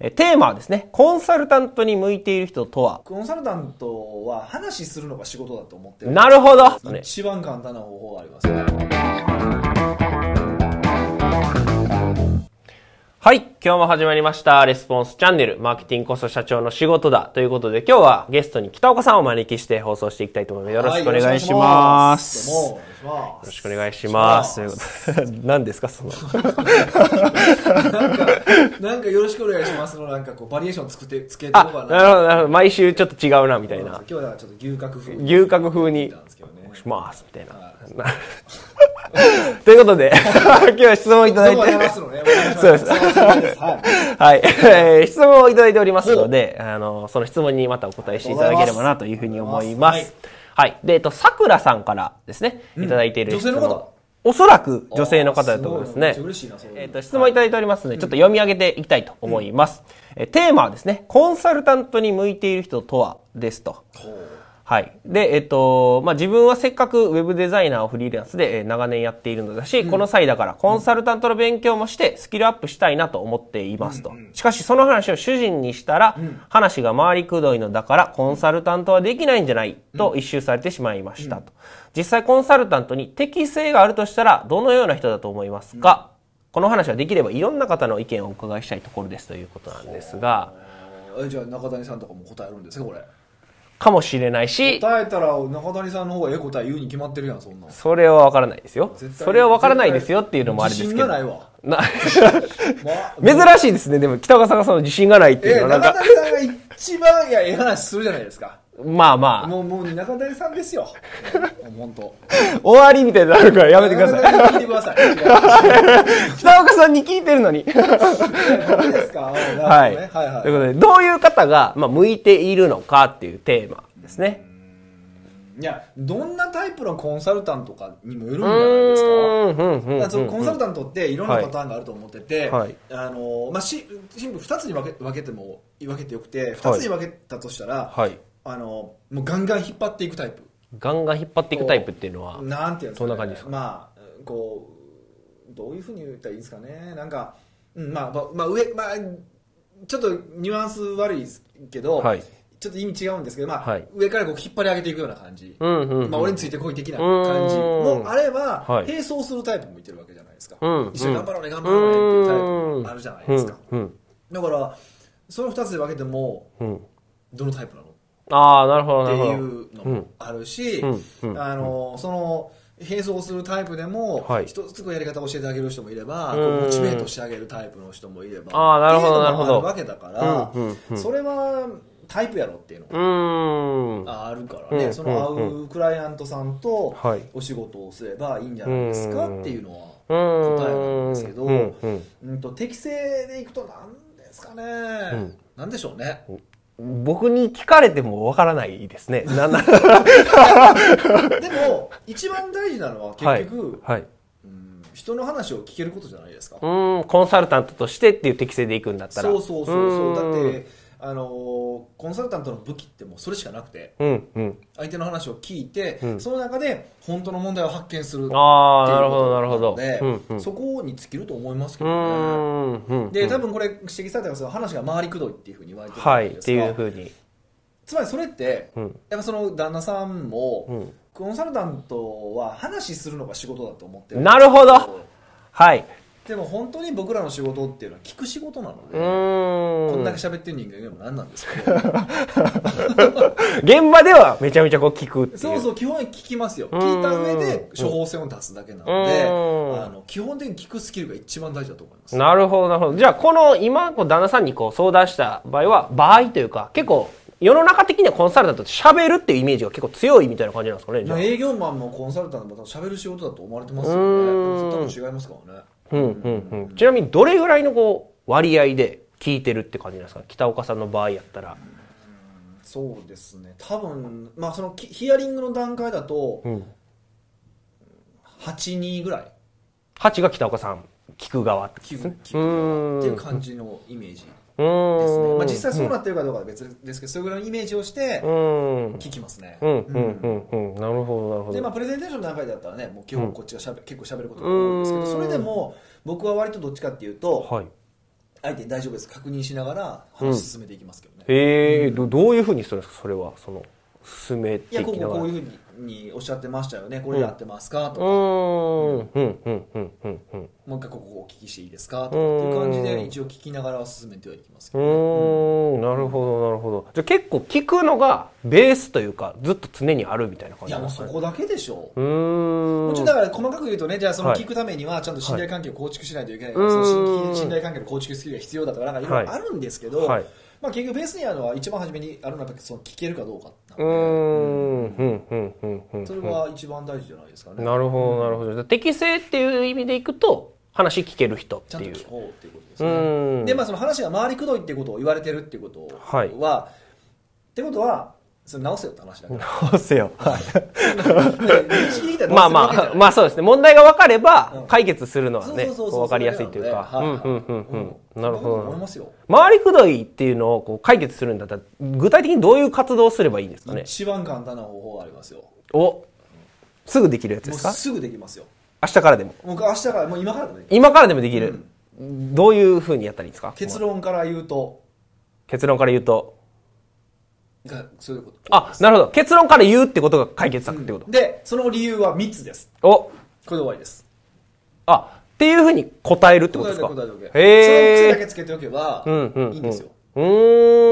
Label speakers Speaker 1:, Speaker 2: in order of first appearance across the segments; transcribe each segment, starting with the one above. Speaker 1: えテーマはですね、コンサルタントに向いている人とは、
Speaker 2: コンサルタントは話するのが仕事だと思ってる。
Speaker 1: なるほど、ね、
Speaker 2: 一番簡単な方法があります。
Speaker 1: はい。今日も始まりました。レスポンスチャンネル。マーケティングこそ社長の仕事だ。ということで、今日はゲストに北岡さんをお招きして放送していきたいと思います。よろしくお願いします。
Speaker 2: はい、
Speaker 1: よろしくお願いします。よろしくお願いします。という ことで、何ですか、その。
Speaker 2: なんか、なんかよろしくお願いしますの、なんかこう、バリエーション作って、つけて
Speaker 1: あ、なるほど、なるほど。毎週ちょっと違うな、みたいな。
Speaker 2: 今日はちょっと牛角風
Speaker 1: に。牛角風に。します、みたいな。 ということで、 今日は質問いただいて。そうです。はい。えー、質問をいただいておりますので、あの、その質問にまたお答えしていただければなというふうに思います。はい。で、えっと、桜さんからですね、いただいている質問。おそらく女性の方だと思いますね。えっと、質問いただいておりますので、ちょっと読み上げていきたいと思います。えテーマはですね、コンサルタントに向いている人とはですと。はい。で、えっと、まあ、自分はせっかくウェブデザイナーをフリーランスで、えー、長年やっているのだし、うん、この際だからコンサルタントの勉強もしてスキルアップしたいなと思っていますと。うんうん、しかし、その話を主人にしたら、うん、話が回りくどいのだからコンサルタントはできないんじゃないと一周されてしまいましたと。実際コンサルタントに適性があるとしたら、どのような人だと思いますか、この話はできればいろんな方の意見をお伺いしたいところですということなんですが。
Speaker 2: じゃあ中谷さんとかも答えるんですか、これ。
Speaker 1: かもしれないし。
Speaker 2: 答えたら中谷さんの方がええ答え言うに決まってるやん、そんな。
Speaker 1: それは分からないですよ。それは分からないですよっていうのもあれですけど。
Speaker 2: 自信がないわ。
Speaker 1: な 珍しいですね。でも北川さんがその自信がないっていうのは
Speaker 2: 中谷さんが一番、いや、ええ話するじゃないですか。
Speaker 1: まあまあ。
Speaker 2: もう、もう中谷さんですよ。本当。
Speaker 1: 終わりみたいになるからやめてく ださい。
Speaker 2: 聞いてください。 北
Speaker 1: 岡さんに聞いてる のに。。
Speaker 2: そうですか、ね、 はい
Speaker 1: はいはい。ということで、どういう方が、まあ、向いているのかっていうテーマですね。
Speaker 2: いや、どんなタイプのコンサルタントかにもよるんじゃないですか。うんうんそのコンサルタントっていろんなパターンがあると思ってて、はい、あの、まあ、し、新聞2つに分け分けても、分けてよくて、2つに分けたとしたら、はい、はいあのもうガンガン引っ張っていくタイプ
Speaker 1: ガンガン引っ張っていくタイプっていうのは
Speaker 2: なんていうんで
Speaker 1: か、
Speaker 2: す
Speaker 1: ね、そんな感じですか
Speaker 2: まあこうどういうふうに言ったらいいんですかねなんか、うんまあ、まあ上まあちょっとニュアンス悪いですけど、はい、ちょっと意味違うんですけど、まあ、はい、上からこう引っ張り上げていくような感じ、まあ、俺についてこい的な感じもあれば、はい、並走するタイプもいてるわけじゃないですか、うん、一緒に頑張ろうね頑張ろうねっていうタイプもあるじゃないですか、だからその2つで分けても、うん、どのタイプなの
Speaker 1: ああ、なるほど、
Speaker 2: っていうのもあるし、あの、その、並走するタイプでも、一つのやり方を教えてあげる人もいれば、モチベートしてあげるタイプの人もいれば、
Speaker 1: ああ、なるほど、なるほど。
Speaker 2: わけだから、それはタイプやろっていうのがあるからね、その合うクライアントさんとお仕事をすればいいんじゃないですかっていうのは答えなんですけど、うんと適正でいくと何ですかね、なんでしょうね。
Speaker 1: 僕に聞かれてもわからないです ね。で
Speaker 2: も、一番大事なのは結局、はいはい、人の話を聞けることじゃないですか。
Speaker 1: コンサルタントとしてっていう適性でいくんだったら。
Speaker 2: そうそうそうそう。うだって、あのー、コンサルタントの武器ってもうそれしかなくて、うんうん、相手の話を聞いて、うん、その中で本当の問題を発見するっていうことなので、そこに尽きると思いますけどね。うんうん、で、多分これ指摘されたのは話が回りくどいっていうふうに言われてるじゃないです
Speaker 1: か。はい、っていうふうに。
Speaker 2: つまりそれって、うん、やっぱその旦那さんも、コンサルタントは話するのが仕事だと思ってる。
Speaker 1: なるほどはい。
Speaker 2: でも本当に僕らの仕事っていうのは聞く仕事なので、こんだけ喋ってる人間でも何なんですけど。
Speaker 1: 現場ではめちゃめちゃこう聞くう
Speaker 2: そうそう、基本は聞きますよ。聞いた上で処方箋を出すだけなので、あの基本的に聞くスキルが一番大事だと思います。
Speaker 1: なるほど、なるほど。じゃあこの今、こう旦那さんにこう相談した場合は、場合というか、結構、世の中的にはコンサルタントって喋るっていうイメージが結構強いみたいな感じなんですかね。
Speaker 2: じゃ営業マンもコンサルタントも喋る仕事だと思われてますよね。多分違いますからね。
Speaker 1: ちなみにどれぐらいのこう割合で聞いてるって感じなんですか北岡さんの場合やったら。
Speaker 2: そうですね多分、まあ、そのヒアリングの段階だと、うん、82ぐらい
Speaker 1: 8が北岡さん聞く側、ね、
Speaker 2: 聞く聞く側っていう感じのイメージですね、まあ、実際そうなってるかどうかは別ですけど、それぐらいのイメージをして聞きますね。
Speaker 1: なるほどなるほど
Speaker 2: で、まあ、プレゼンテーションの段階だったらねもう基本こっちがしゃべ、結構しゃべることが多いんですけどそれでも僕は割とどっちかっていうと、相手に大丈夫です確認しながら話進めていきますけどね、
Speaker 1: うん、ええー、どどういうふうにするんですかそれはその進めてい
Speaker 2: やこうこういうふうにおっしゃってましたよねこれやってますか、とかもう一回ここお聞きしていいですかとかっていう感じで一応聞きながら進めてはいきますけど、ね、
Speaker 1: うんなるほどなるほどじゃあ結構聞くのがベースというかずっと常にあるみたいな感
Speaker 2: じ、ね、いやもうそこだけでしょうもちろんだから細かく言うとねじゃあその聞くためにはちゃんと信頼関係を構築しないといけないから、はい、その信頼関係の構築スキルが必要だとかなんかいろいろあるんですけど、はいはいまあ、結局ベースにあるのは一番初めにあるのはその聞けるかどうかなんでうんそれは一番大事じゃないですかね
Speaker 1: なるほどなるほど適正っていう意味でいくと話聞ける人っていう
Speaker 2: ちゃんと聞こうっていうことですねでまあその話が回りくどいっていうことを言われてるっていうことは、はい、ってことはそれ直せよって話だ
Speaker 1: 直せよ。まあまあ、まあそうですね。問題が分かれば解決するのはね、分かりやすいというか。なるほど。回りくどいっていうのをこう解決するんだったら、具体的にどういう活動をすればいいんですかね。
Speaker 2: 一番簡単な方法ありますよ。
Speaker 1: おすぐできるやつですか
Speaker 2: すぐできますよ。
Speaker 1: 明日からでも。
Speaker 2: 僕明日から、もう今からでもで
Speaker 1: きる。今からでもできる。どういうふうにやったらいいですか
Speaker 2: 結論から言うと。
Speaker 1: 結論から言うと。
Speaker 2: がそういうこと、
Speaker 1: あなるほど結論から言うってことが解決策ってこと、うん
Speaker 2: でその理由は3つです
Speaker 1: おこ
Speaker 2: れで終わりです
Speaker 1: あっていうふうに答えるってことですか
Speaker 2: 答えておけへえその癖だけつけておけばいいんですよ、うん、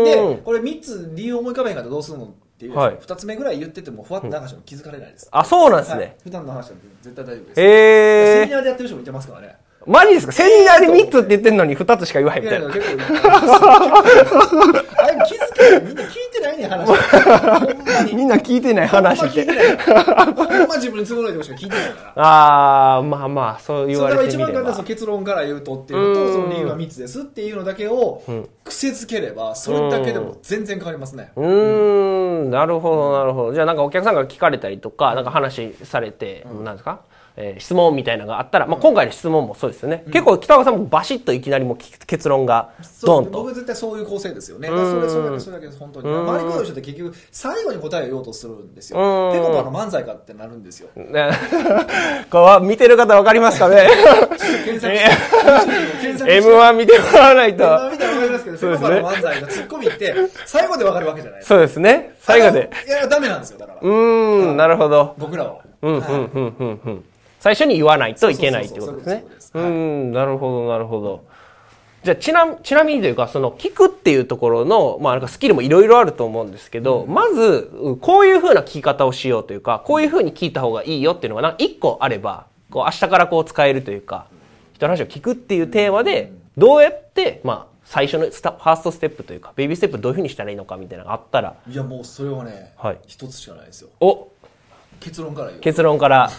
Speaker 2: でこれ3つ理由思い浮かべへんかったらどうするのっていう、はい、2つ目ぐらい言っててもふわっと流しても気づかれないです、
Speaker 1: あそうなんですね、はい、
Speaker 2: 普段の話は絶対大丈夫ですへえセミナーでやってる人もいてますからね
Speaker 1: マジですかセミナーで3つって言ってんのに2つしか言わへんみたいな。いやいや結構
Speaker 2: あれ気づけみんな聞いてないね話。
Speaker 1: みんな聞いてない話って。
Speaker 2: ほんま自分に都合のいいとこしか聞いてないから。
Speaker 1: ああ、まあまあ、そう言われてみれば。
Speaker 2: 一番簡単その結論から言うとっていうのと、その理由は3つですっていうのだけを癖づければ、それだけでも全然変わりますね。
Speaker 1: うん、うんなるほど、なるほど。じゃあなんかお客さんから聞かれたりとか、なんか話されて、うん、なんですかえー、質問みたいなのがあったら、まあ、今回の質問もそうですよね、うん、結構北川さんもバシッといきなりも結論がドンと
Speaker 2: 僕絶対そういう構成ですよねそれそれそれだけです本当に周りくどい人って結局最後に答えを言おうとするんですよってことは漫才かってなるん ですよ、ね、
Speaker 1: こう見てる方分かりますかね
Speaker 2: 検
Speaker 1: m
Speaker 2: 索
Speaker 1: 1見てもらわないと
Speaker 2: m 1見てもらいますけどそうです、ね、漫才のツッコミって最後で分かるわけじゃない
Speaker 1: そうですね最 後で
Speaker 2: いやダメなんですよだから
Speaker 1: うんなるほど
Speaker 2: 僕らは
Speaker 1: うんうんうんうんうん最初に言わないといけないってことですね。うん、なるほど、なるほど。じゃあ、ちな、ちなみにというか、その、聞くっていうところの、まあ、なんかスキルもいろいろあると思うんですけど、うん、まず、こういうふうな聞き方をしようというか、こういうふうに聞いた方がいいよっていうのが、なんか一個あれば、こう、明日からこう使えるというか、人の話を聞くっていうテーマで、どうやって、まあ、最初のスタ、ファーストステップというか、ベビーステップどういうふうにしたらいいのかみたいなのがあったら。
Speaker 2: いや、もうそれはね、はい、一つしかないですよ。
Speaker 1: お
Speaker 2: 結論から言う
Speaker 1: 結論から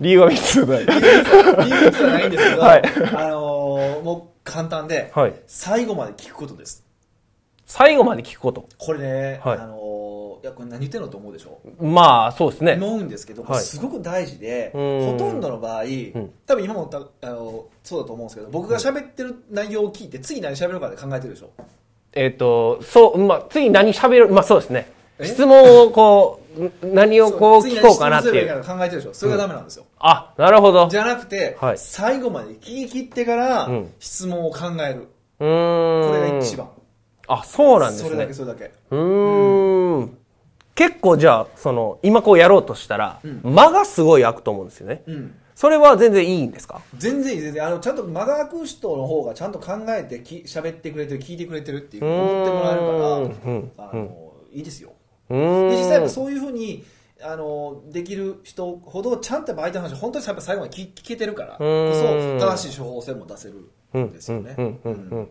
Speaker 1: 理由は3つ
Speaker 2: ぐらい理由はないんですけど、はい、あのー、もう簡単で、はい、最後まで聞くことです
Speaker 1: 最後まで聞くこと
Speaker 2: これね、はい、あのー、いやこれ何言ってんのと思うでしょ
Speaker 1: まあそうですね
Speaker 2: 思うんですけど、すごく大事で、ほとんどの場合、多分今もあのそうだと思うんですけど僕が喋ってる内容を聞いて次何喋るかで考えてるでしょ
Speaker 1: えっ、とそう、まあ、次何喋るまあそうですね質問をこう、何をこう聞こうかなっていう。
Speaker 2: 考えてるでしょ。それがダメなんですよ。
Speaker 1: あ、なるほど。
Speaker 2: じゃなくて、最後まで聞き切ってから、質問を考える。これが一番。
Speaker 1: あ、そうなんですね。
Speaker 2: それだけ、それだけ。
Speaker 1: うん。結構じゃあ、その、今こうやろうとしたら、間がすごい空くと思うんですよね。それは全然いいんですか
Speaker 2: 全然いい、全然。あの、ちゃんと間が空く人の方がちゃんと考えてき、喋ってくれてる、聞いてくれてるっていう、思ってもらえるから、あの、いいですよ。で実際そういうふうにあのできる人ほどちゃんと相手の話本当にやっぱ最後まで聞けてるからこそ正しい処方箋も出せる。んですよね、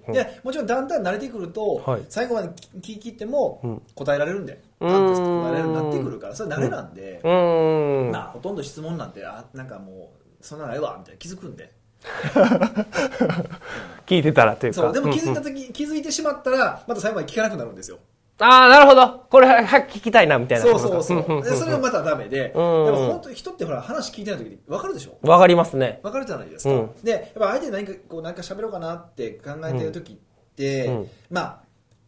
Speaker 2: でもちろんだんだん慣れてくると、はい、最後まで聞き切っても答えられるんで、うん、答えられるようになってくるからそれ慣れなんで、うんなほとんど質問なんてあなんかもうそんなのええわみたいな気づくんで
Speaker 1: 聞いてたらという
Speaker 2: かでも気づいた時、うんうん、気づいてしまったらまた最後まで聞かなくなるんですよ
Speaker 1: ああ、なるほど。これは聞きたいな、みたいな。
Speaker 2: そうそうそう。それはまたダメで。でも本当に人ってほら、話聞いてない時に分かるでしょ
Speaker 1: 分かりますね。
Speaker 2: 分かるじゃないですか。で、やっぱ相手に何か、こう、なんか喋ろうかなって考えてる時って、まあ、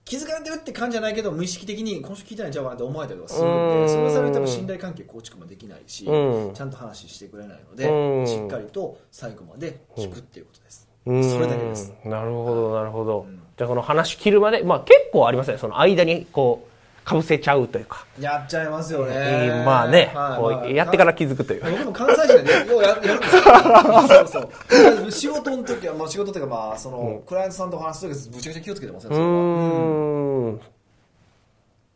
Speaker 2: 気づかれてるって感じじゃないけど、無意識的に、今週聞いてないんちゃうかなって思われたりとかするんで、それはそれ多分信頼関係構築もできないし、ちゃんと話してくれないので、しっかりと最後まで聞くっていうことです。
Speaker 1: うん
Speaker 2: それだけです
Speaker 1: なるほどなるほど、じゃあこの話切るまで、まあ、結構ありますねその間にこうかぶせちゃうというか
Speaker 2: やっちゃいますよね、
Speaker 1: えーまあね、
Speaker 2: はい
Speaker 1: こう
Speaker 2: まあ
Speaker 1: やってから気づくという
Speaker 2: 僕も関西人なんで、ようややるんですよ。そうそう。仕事の時は、まあ仕事というか、まあ、その、クライアントさんと話す時は、ぶちゃくちゃ気をつけてますね、
Speaker 1: う
Speaker 2: それは
Speaker 1: ーん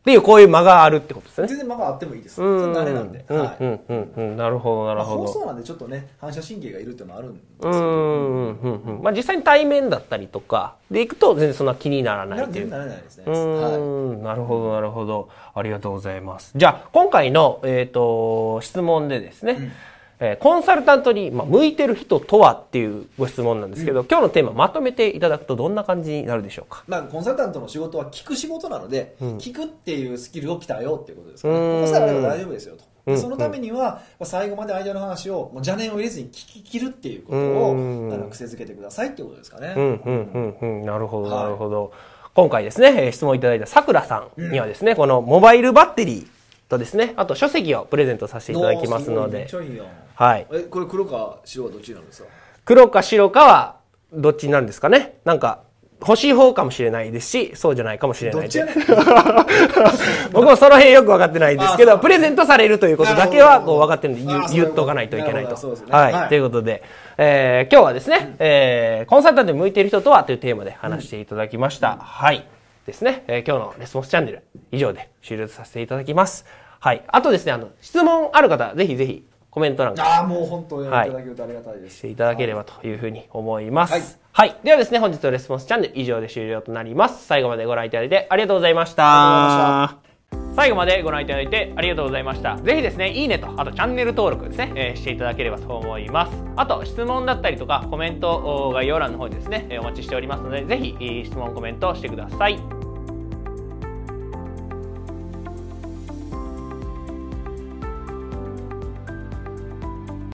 Speaker 1: っていうこういう間があるってことですね
Speaker 2: 全然間があってもいいです。それ
Speaker 1: うん
Speaker 2: 慣れなんで。
Speaker 1: うん
Speaker 2: は
Speaker 1: う
Speaker 2: い。
Speaker 1: んうんうんなるほどな
Speaker 2: ま
Speaker 1: る
Speaker 2: あ
Speaker 1: ほ
Speaker 2: 放送
Speaker 1: ど
Speaker 2: なんで、ちょっとね、反射神経がいるっていうのもあるんで
Speaker 1: うんうんうんうんまあ実際に対面だったりとかでいくと全然そんな気にならない
Speaker 2: な
Speaker 1: とい
Speaker 2: 全
Speaker 1: う
Speaker 2: 然慣れないですね。
Speaker 1: う
Speaker 2: は
Speaker 1: ーんなるほど、なるほど。ありがとうございます。じゃあ、今回の、えっ、と、質問でですね、えーコンサルタントに、まあ、向いてる人とはっていうご質問なんですけど、今日のテーマまとめていただくとどんな感じになるでしょうか
Speaker 2: い。まあ、コンサルタントの仕事は聞く仕事なので、聞くっていうスキルを鍛えようっていうことですから、
Speaker 1: うん
Speaker 2: ここさえあれば大丈夫ですよと。でそのためには、まあ最後まで相手の話を、もう邪念を入れずに聞き切るっていうこと
Speaker 1: うん
Speaker 2: を、あの癖づけてくださいっていうことですかね。
Speaker 1: うん、うん、うん、うん。なるほど、
Speaker 2: はい
Speaker 1: なるほど。今回ですね、えー質問いただいたさくらさんにはですね、このモバイルバッテリーとですね、あと書籍をプレゼントさせていただきますの
Speaker 2: めっ
Speaker 1: で
Speaker 2: ち、ゃいいやん
Speaker 1: はい。
Speaker 2: えこれ黒か白はどっちなんですか
Speaker 1: 黒か白かはどっちになるんですかねなんか欲しい方かもしれないですしそうじゃないかもしれ
Speaker 2: ど
Speaker 1: な
Speaker 2: っ
Speaker 1: い
Speaker 2: ち
Speaker 1: で
Speaker 2: やねん
Speaker 1: 僕もその辺よく分かってないんですけ
Speaker 2: あ
Speaker 1: ど
Speaker 2: そう
Speaker 1: プレゼントされるということだけは
Speaker 2: なるほど
Speaker 1: こう分かってるんで言う
Speaker 2: あそういうこと
Speaker 1: 言っとかないといけない
Speaker 2: なる
Speaker 1: と
Speaker 2: ほどそうですね
Speaker 1: は
Speaker 2: はい
Speaker 1: いということで、えー今日はですね、えーコンサルタントに向いている人とはというテーマで話していただきました、はいですね、えー今日のレスポンスチャンネル以上で終了させていただきますはいあとですねあの質問ある方ぜひぜひコメント欄から
Speaker 2: ああもう本当にいただけるとありがたいで
Speaker 1: し
Speaker 2: す、
Speaker 1: ていただければというふうに思います。は
Speaker 2: はいい。
Speaker 1: ではですね、本日のレスポンスチャンネル以上で終了となります。最後までご覧いただいてありがとうございました。最後までご覧いただいてありがとうございました。ぜひですね、いいねと、あとチャンネル登録ですね、えーしていただければと思います。あと、質問だったりとか、コメントお概要欄の方にですね、えーお待ちしておりますので、ぜひ、えー質問、コメントしてください。